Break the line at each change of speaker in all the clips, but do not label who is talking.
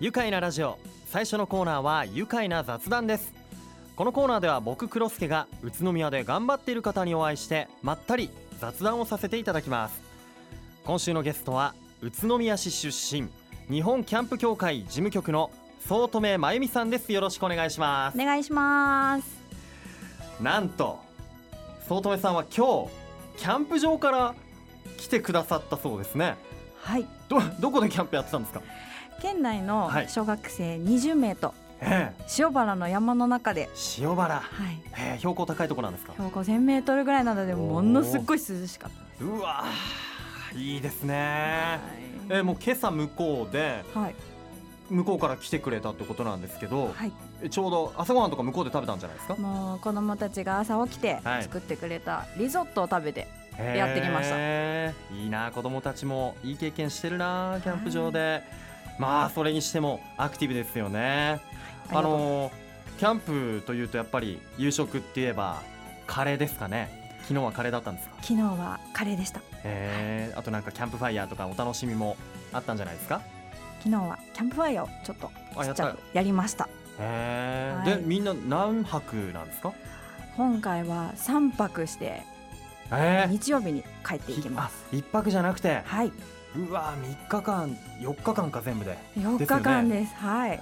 愉快なラジオ最初のコーナーは愉快な雑談ですこのコーナーでは僕クロスケが宇都宮で頑張っている方にお会いしてまったり雑談をさせていただきます今週のゲストは宇都宮市出身日本キャンプ協会事務局の総留真由美さんですよろしくお願いします
お願いします
なんと総留さんは今日キャンプ場から来てくださったそうですね
はい
どどこでキャンプやってたんですか、
県内の
はい
小学生20名と
ええ、
塩原の山の中で、
塩原、
はい、
ええ、標高高いところなんですか
標高1000メートルぐらいなのでものすっごい涼しかったです
うわーいいですね
はい
えもう今朝向こうで
はい、
向こうから来てくれたってことなんですけど、
はい、
えちょうど朝ごはんとか向こうで食べたんじゃないですか
もう子供たちが朝起きて
はい
作ってくれたリゾットを食べて、やってきました
へーいいな子供たちもいい経験してるなキャンプ場でまあそれにしてもアクティブですよね
あり
あ
がとう
のキャンプというとやっぱり夕食って言えばカレーですかね昨日はカレーだったんですか
昨日はカレーでした
えー、あとなんかキャンプファイヤーとかお楽しみもあったんじゃないですか
昨日はキャンプファイヤーをちょっと
あ
ち
や
っ
っ
ちゃ
た
くやりました
へー
は
で
い
みんな何泊なんですか
今回は3泊して
えー
日曜日に帰っていきます
あ一泊じゃなくて
はいう
わ三日間四日間か全部で
4日間ですはい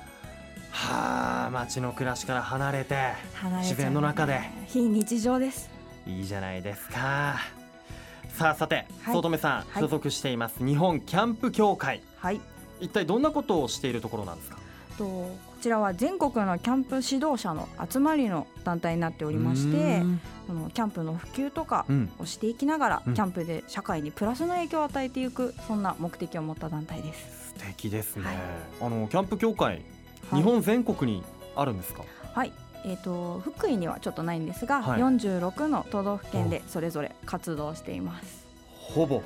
はあ街の暮らしから離れて
離れちゃう
自然の中で
非日常です
いいじゃないですかさあさて
はい
外留、さん
はい
所属しています、日本キャンプ協会
はい
一体どんなことをしているところなんですか
とこちらは全国のキャンプ指導者の集まりの団体になってお
お
りまし
う
て
ん
あのキャンプの普及とか
うん
をしていきながら、
うん
キャンプで社会にプラスの影響を与えていくそんな目的を持った団体です、
素敵ですね、
はい
あのキャンプ協会
は
日
い
本全国にあるんですか、
はいえー、と福井にはちょっとないんですが、
はい
46の都道府県でそれぞれ活動しています。
ほぼ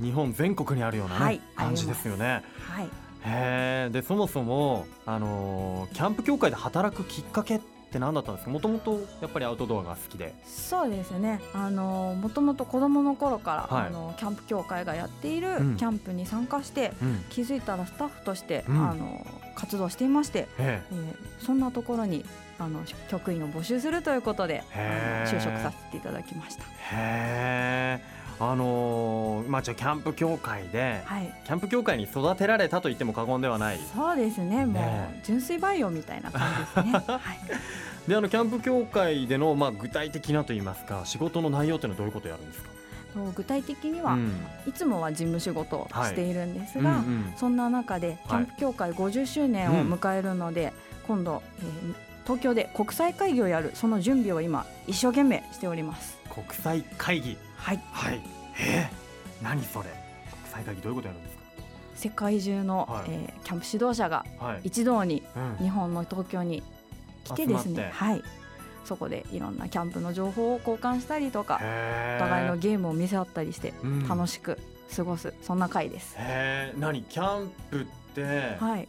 日本全国にあるような、ね
はい
感じですよね
はい、
へえでそもそも、あのーキャンプ協会で働くきっかけって何だったんですかもともとやっぱりアウトドアが好きで
そうですねあのもともと子どもの頃から、
はい
あのキャンプ協会がやっている
うん
キャンプに参加して、
うん
気づいたらスタッフとして、
うん
あの活動していまして、
え
えーそんなところにあの局員を募集するということで
へー
あの就職させていただきました。
えへえあのーまあじゃあキャンプ協会で
はい
キャンプ協会に育てられたと言っても過言ではない
そうですね、も
ね
う純粋培養みたいな感じです ね。はい、
であのキャンプ協会での、まあ、具体的なといいますか仕事の内容っていうのはどういうことをやるんですか、
と具体的に
う
は、
ん
いつもは事務仕事をしているんです
うんう
が、
ん、
そんな中でキャンプ協会50周年を迎えるので、今度、えー東京で国際会議をやるその準備を今一生懸命しております。
国際会議
はい、
はいえー、何それ国際会議どういうことやるんです
世界中の、
はい
えーキャンプ指導者が
かはい、
一堂に
うん
日本の東京に来てです
集まっ
ね
て、
はい、そこでいろんなキャンプの情報を交換したりとか、
へ
お
ー
互いのゲームを見せ合ったりして
うん
楽しく過ごすそんな回です。
へえ何キャンプって
はい、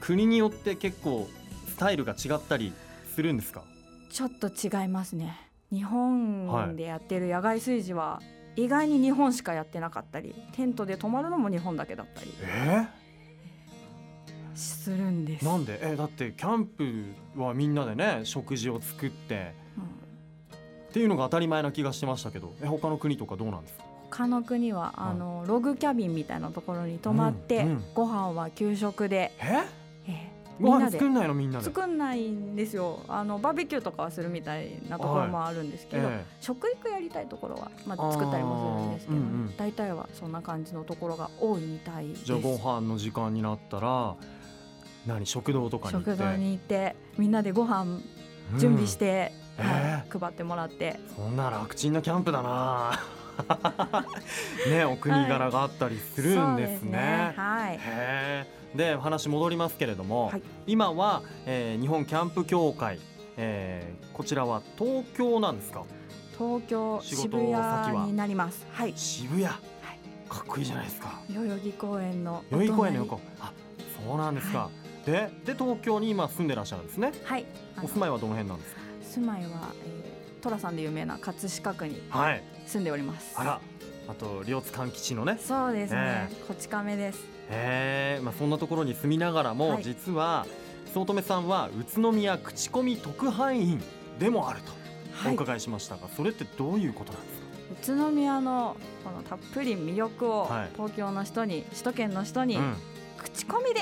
国によって結構スタイルが違ったりするんですか
ちょっと違いますね。日本でやってる野外炊事は意外に日本しかやってなかったり、テントで泊まるのも日本だけだったり
え
するんです。
なんでえだってキャンプはみんなでね食事を作って
うん
っていうのが当たり前な気がしてましたけどえ他の国とかどうなんですか
他の国はあのログキャビンみたいなところに泊まって、
うんうん
ご飯は給食で、
え
えーみ
ご
んな
飯
で
作んないのみんなで
作んないんですよあのバーベキューとかはするみたいなところもあるんですけど、
え
食育やりたいところは、まあ、作ったりもするんですけど、
あーうんうん
大体はそんな感じのところが多いみたいで
え
す
じゃあご飯の時間になったら何食堂とかに行って、
食堂に行ってみんなでご飯準備してて、
うん
はい配ってもらって
うんそんな楽ちんなキャンプだな ねお国柄があったりするんですね、
そうですね
へえで話戻りますけれども、
はい
今は、えー日本キャンプ協会、えーこちらは東京なんですか
はい、東京
仕事
渋
先は
谷になりますはい
渋谷、かっこいいじゃないですか
代々木公園のお
代
隣
々木公園の横あそうなんですか、でで東京に今住んでらっしゃるんですね
はいあ
お
の
住まいはどの辺なんですか
住まいは、えー、寅さんで有名な葛飾区に
はい
住んでおります
あらあと両津勘吉のね
そうですね、
ね
こち亀です
へへえ、まあ、そんなところに住みながらも、
はい
実は早乙女さんは宇都宮口コミ特派員でもあると
は
お
い、宇
伺いしましたが、それってどういうことなんです
都宮のこのたっぷり魅力を
はい
東京の人に首都圏の人に
か、
口コミで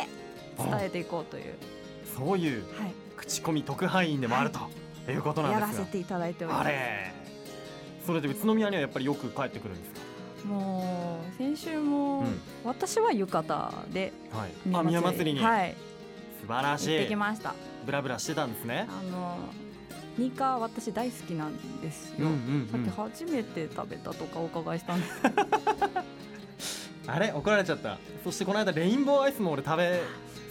伝
う
えていこうという、
んそういう
はい、
口コミ特派員でもあるということ
や
な
ら
んです
せていただいており
があ
ま
れそれで宇都宮にはやっぱりよく帰ってくるんですか
すもう先週も
うん
私は浴衣で
はい、あ宮祭りに、
はい、
素晴ら
行って
し
き
い
ました
ブラブラしてたんですね
あのニカ私大好きなんですよ、
ん
さっき初めて食べたとかお伺いしたんですけ
あれ怒られちゃったそしてこの間レインボーアイスも俺食べ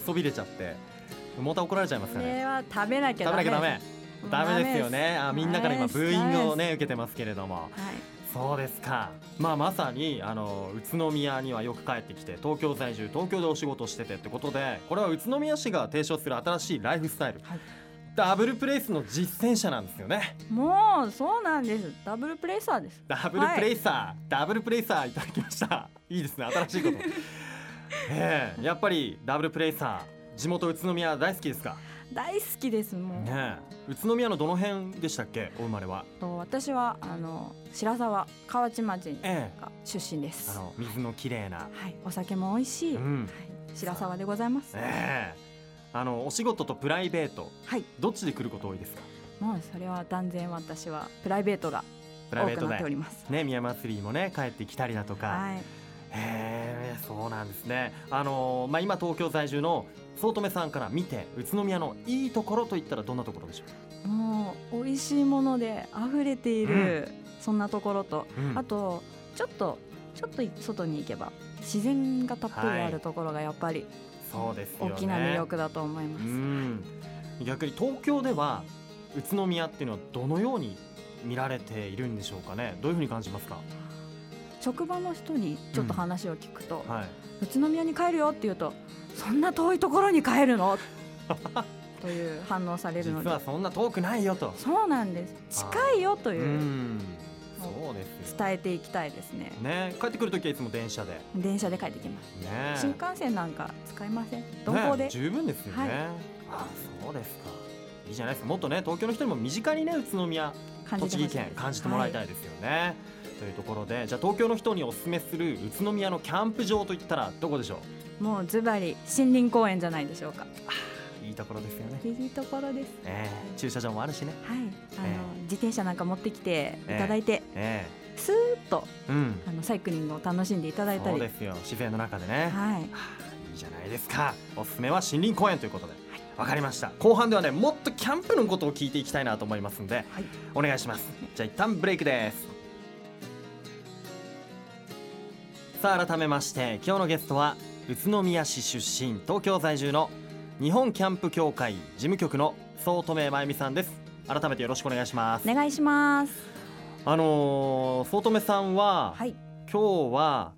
そびれちゃってまた怒られちゃいます
ど
か
こ
ね
れは食べなきゃ
食べなきゃダメダメですよねあみんなから今ブーイングを
ね、
ね受けてますけれども
はい、
そうですかまあまさにあの宇都宮にはよく帰ってきて東京在住東京でお仕事しててってことでこれは宇都宮市が提唱する新しいライフスタイル、
はい
ダブルプレイスの実践者なんですよね
もうそうなんですダブルプレイサーです
ダブルプレイサー、ダブルプレイサーいただきました。 いいですね、新しいこと。ええやっぱりダブルプレイサー、地元宇都宮大好きですか。
大好きですもう、
ねえ、宇都宮のどの辺でしたっけ、お生まれは。
と私はあの白沢河内町
ええ
が出身で
あ
すは
の水の綺麗な。
いお酒も美味しい、
う
はい、
ん、
白沢でございます、
ええあのお仕事とプライベート、
はい
どっちで来ること多いですか。
もうそれは断然私はプライベートが
プライベー
多く
ト
なってお
で。
ります
ね、宮祭りもね、帰ってきたりだとか。
はい
へえそうなんですねあのーまあ今東京在住の早乙女さんから見て宇都宮のいいところといったらどんなところでしょ
もう美味しいもので溢れている、そんなところと、
う、うん
あとちょっとちょっと外に行けば自然がたっぷりあるところがやっぱり
そうですよね
大きな魅力だと思いうます、
ん逆に東京では宇都宮っていうのはどのように見られているんでしょうかねどういうふうに感じますか
職場の人にちょっと話を聞くと、
はい
宇都宮に帰るよって言うとそんな遠いところに帰るの という反応される
実
ので
はそんな遠くないよと
そうなんです近いよと
う
いうん
そうですよ
伝えていきたいですね
ね帰ってくるときはいつも電車でね
電車で帰ってきます新幹線なんか使いません鈍行で、
ね、十分ですよね、
はい
あそうですかいいじゃないですかもっとね東京の人にも身近にね宇都宮
感じ
栃
てほしい
木
です
県感じてもらいたいですよね、というところでじゃあ東京の人におすすめする宇都宮のキャンプ場といったらどこでしょ
もうズバリ森林公園じゃないでしょうか。
ういいところですよね、
いいところです。
ええ駐車場もあるしね
はい、あの、
え
自転車なんか持ってきていただいて、
え
スーッと
えうん
あのサイクリングを楽しんでいただいた
そう
り、
ですよ自然の中でね、
はい、
いいじゃないですかおすすめは森林公園ということでわかりました後半ではねもっとキャンプのことを聞いていきたいなと思いますんで、
はい
お願いしますじゃあ一旦ブレイクですさあ改めまして今日のゲストは宇都宮市出身東京在住の日本キャンプ協会事務局の総留真由美さんです改めてよろしくお願いします、
お願いします。
あのー、総留さんは、
はい、
今日は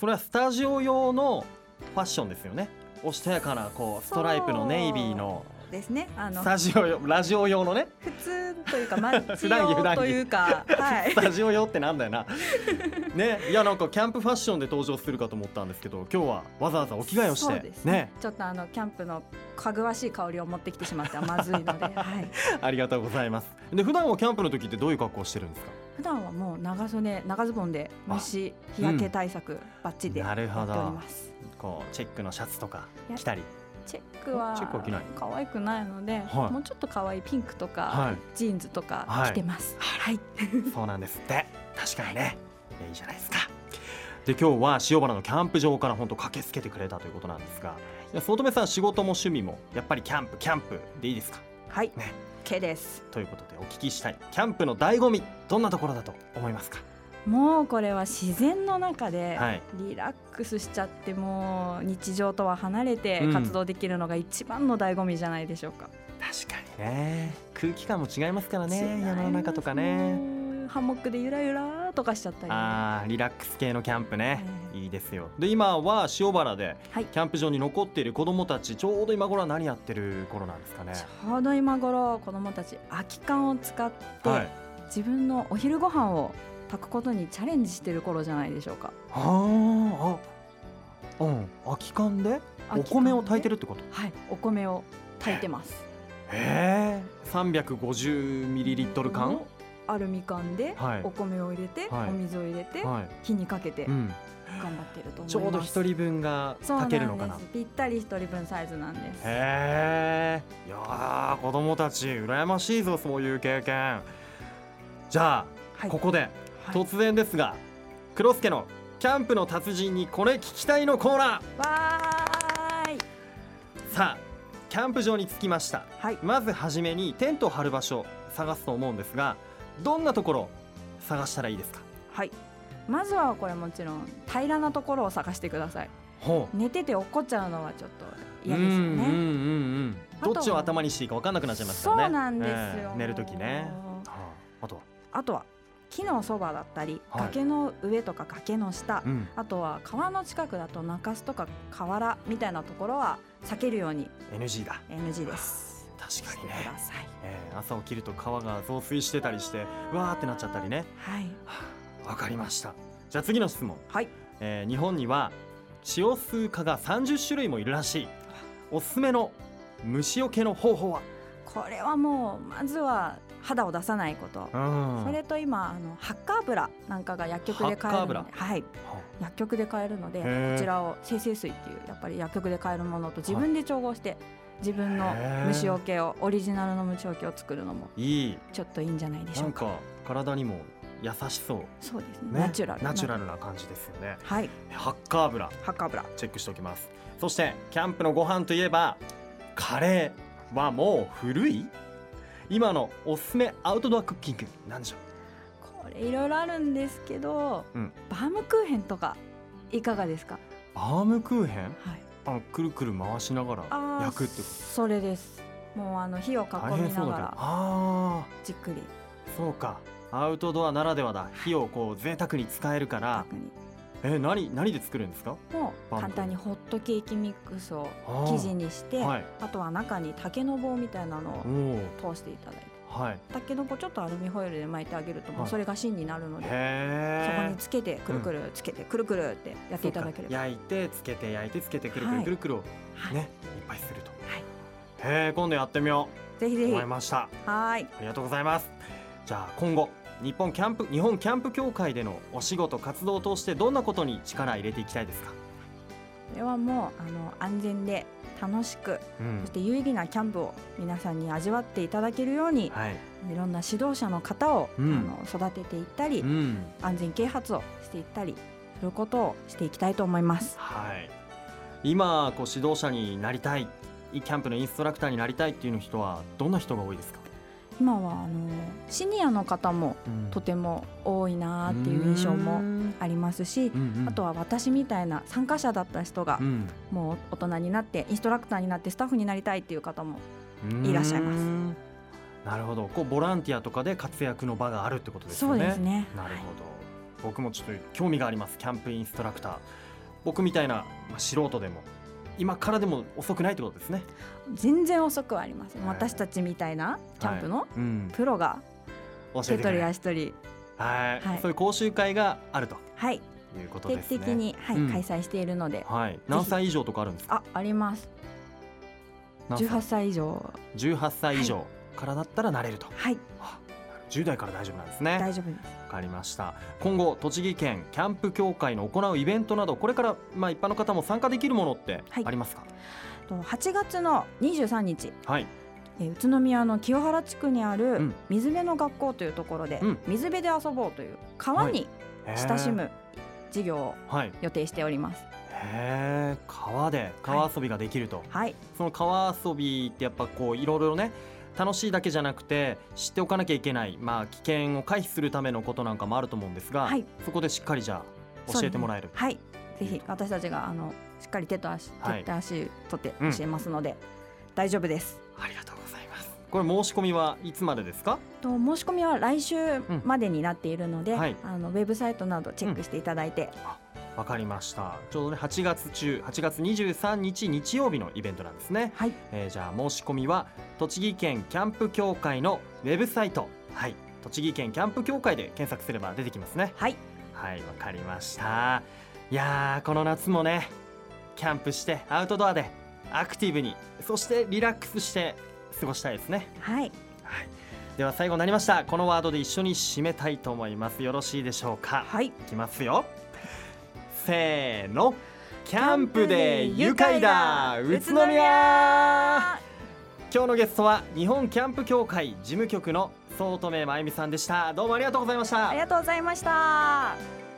それはスタジオ用のファッションですよねおしとやかなこうストライプのネイビーの
ですね。あの
スタジオ用ラジオ用のね
普通 というかマッチ
普段着普段着
用というか、は
ス
い。
タジオ用ってなんだよな ねいやなんかキャンプファッションで登場するかと思ったんですけど今日はわざわ ざお着替えをし
そう
て
です
ね
ちょっとあのキャンプのかぐわしい香りを持ってきてしまってはま ずいので、はい。
ありがとうございますで普段はキャンプの時ってどういう格好をしてるんですか
普段はもう長袖長ズボンで虫日焼け対策バッチリでや
な
ってお
る
り
ほど
ます。
こうチェックのシャツとか
いや
着たり
チェックは
チェックは着ない
可愛くないので、
はい
もうちょっと可愛いピンクとか、
はい
ジーンズとか
はい
着てます。はい、
そうなんですって確かにねいやいいじゃないですかで今日は塩原のキャンプ場から本当駆けつけてくれたということなんですがいや早乙女さん仕事も趣味もやっぱりキャンプキャンプでいいですか
はい
ね、
毛です。
ということでお聞きしたいキャンプの醍醐味どんなところだと思いますか
もうこれは自然の中で
はい
リラックスしちゃって、もう日常とは離れて
うん
活動できるのが一番の醍醐味じゃないでしょうか。
確かにね空気感も違いますからね
違います
山の中とかね。
ハンモックでゆらゆらとかしちゃったりね、
あーリラックス系のキャンプね、
え
いいですよで今は塩原で
はい
キャンプ場に残っている子どもたちちょうど今頃は何やってる頃なんですかね
ちょうど今頃子どもたち空き缶を使って、
はい
自分のお昼ご飯を炊くことにチャレンジしてる頃じゃないでしょうか。
あーあうん空き缶でお米を炊いてるってこと
はいお米を炊いてます
へえ350ミリリットル缶
のアルミ缶で
はい
お米を入れて、
はい
お水を入れて、
は
火にかけて
い、う
頑
ん、
張ってると思います、
ちょうど一人分が
そうな
炊
ん
け
で
るのかな
すぴったり一人分サイズなんです
へえいやー子供たち羨ましいぞそういう経験じゃ
は
あ
い
ここで
はい
突然ですが、クロスケのキャンプの達人にこれ聞きたいのコーナー
わーい
さあキャンプ場に着きました
はい
まずはじめにテントを張る場所探すと思うんですがどんなところ探したらいいですか
はいまずはこれもちろん平らなところを探してください
ほ
寝てて落っこっちゃうのはちょっと
う
嫌ですよ
うんうん
ね
うん
あ
う
と
ん
は
どっちを頭にしていいか分かんなくなっちゃいますからね
そうなんですよ
ええ寝るときね、はあ、あとは、
あとは木のそばだったり
はい
崖の上とか崖の下、
うん、
あとは川の近くだと中州とか河原みたいなところは避けるように
NG だ
NG です。
確かに
してく
ね
だ、さい。
ええ朝起きると川が増水してたりしてうわーってなっちゃったりね
はい。
わかりましたじゃあ次の質問
はい。
えー日本には塩数蚊が30種類もいるらしいおすすめの虫除けの方法は、
これはもうまずは肌を出さないこと。
うん
それと今あのハッカー油なんかが薬局で買え
ハッカー
るの
油
で、はい、薬局で買えるので
へ
こ
ー
ちらを生成水っていうやっぱり薬局で買えるものと自分で調合して自分の虫除けをオリジナルの虫除けを作るのも
いい
ちょっといいんじゃないでし
な
ょうんか。
か体にも優しそう、
そうです
ね
ね。ナチュラル。
ナチュラルな感じですよね
はい。
ハッカー油
ハッカー油。
チェックしておきますそしてキャンプのご飯といえばカレーはもう古い今のおすすめアウトドアクッキングなんでしょ
これいろいろあるんですけど、
うん
バームクーヘンとかいかがですか、
うバームクーヘン
はい、
あのくるくる回しながら
あー
焼くってこ
それですもうあの火を囲
と大
み
変
な
そうだ
が
けどあ
ら
あー
じっくり
そうかアウトドアならではだ火をこう贅沢に使えるから
楽に
え何何で作るんですか
もう
バームクーヘン
簡単にホットケーキミックスを
あー
生地にしてあ,、
はい
とは中に竹の棒みたいなの
おお
を通していただいて
はい
竹の棒ちょっとアルミホイルで巻いてあげるとも
は
う
い
それが芯になるので、そこ
へえ
につけてくるくるつけてくるくるってやっていただければ、
焼いてつけて焼いてつけてくるく
は
る
い
くるくるを
はい
ね、い、っぱいすると、へえ今度やってみよ
ぜひ
う
ぜひ
思い
は
ました
ーい
ありがとうございますじゃあ今後日本キャンプ日本キャンプ協会でのお仕事活動を通してどんなことに力入れていきたいですか、
これはもうあの安全で楽しく
うん
そして有意義なキャンプを皆さんに味わっていただけるように
はい
いろんな指導者の方を、
うん
あの育てていったり、
うん
安全啓発をしていったりすることをしていきたいと思います。
はい、今こう指導者になりたいキャンプのインストラクターになりたいっていう人はどんな人が多いですか、
今はあのシニアの方もとても多いなっていう印象
う
も
ん
ありますし。
うんうん
あとは私みたいな参加者だった人が
うん
もう大人になってインストラクターになってスタッフになりたいっていう方も
うん
いらっしゃいます
なるほどこうボランティアとかで活躍の場があるってことです
そ
よ
う
ね
ですね
なるほど僕もちょっと興味がありますキャンプインストラクター僕みたいな、まあ、素人でも今からでも遅くないってことですね、
全然遅くはありません、
はい
私たちみたいなキャンプの
うん、
プロが
教え
手
てく
取
れ
り
る
足取り
はい、
はい
そういう講習会があると
はい
いうこと
定
で
期
すね
的に、はい
うん
開催しているので
はい、何歳以上とかあるんですか。
ああります18歳以上
十八歳以上からだったらなれると。
はい
10代から大丈夫なんですね。
大丈夫です
わかりました。今後栃木県キャンプ協会の行うイベントなど、これからまあ一般の方も参加できるものって
はい
ありますか。
と8月の23日
はい。
えー宇都宮の清原地区にあ
う
る
ん
水辺の学校というところで、
うん
水辺で遊ぼうという川に親しむ授業を
へー。はい。
予定しております
へえ。川で川遊びができると。
はい
その川遊びってやっぱこういろいろね。楽しいだけじゃなくて知っておかなきゃいけない、まあ、危険を回避するためのことなんかもあると思うんですが、
はい
そこでしっかりじゃあ教えてもらえる
はいぜひ私たちがあのしっかり手と足
はい
手と足取って
うん
教えますので、大丈夫です
ありがとうございます。これ申し込みはいつまでですか？
と申し込みは来週までになっているので、
うんはい
あのウェブサイトなどチェックしていただいて、
わかりました。ちょうどね8月中8月23日日曜日のイベントなんですね。
はい
えーじゃあ申し込みは栃木県キャンプ協会のウェブサイトはい栃木県キャンプ協会で検索すれば出てきますね。
はい
はいわかりました。いやーこの夏もねキャンプしてアウトドアでアクティブにそしてリラックスして過ごしたいですね、
はい
はい、では最後になりましたこのワードで一緒に締めたいと思いますよろしいでしょうか、
はい
いきますよせーのキャンプで愉快だ宇都宮今日のゲストは日本キャンプ協会事務局の総留真由美さんでしたどうもありがとうございました
ありがとうございました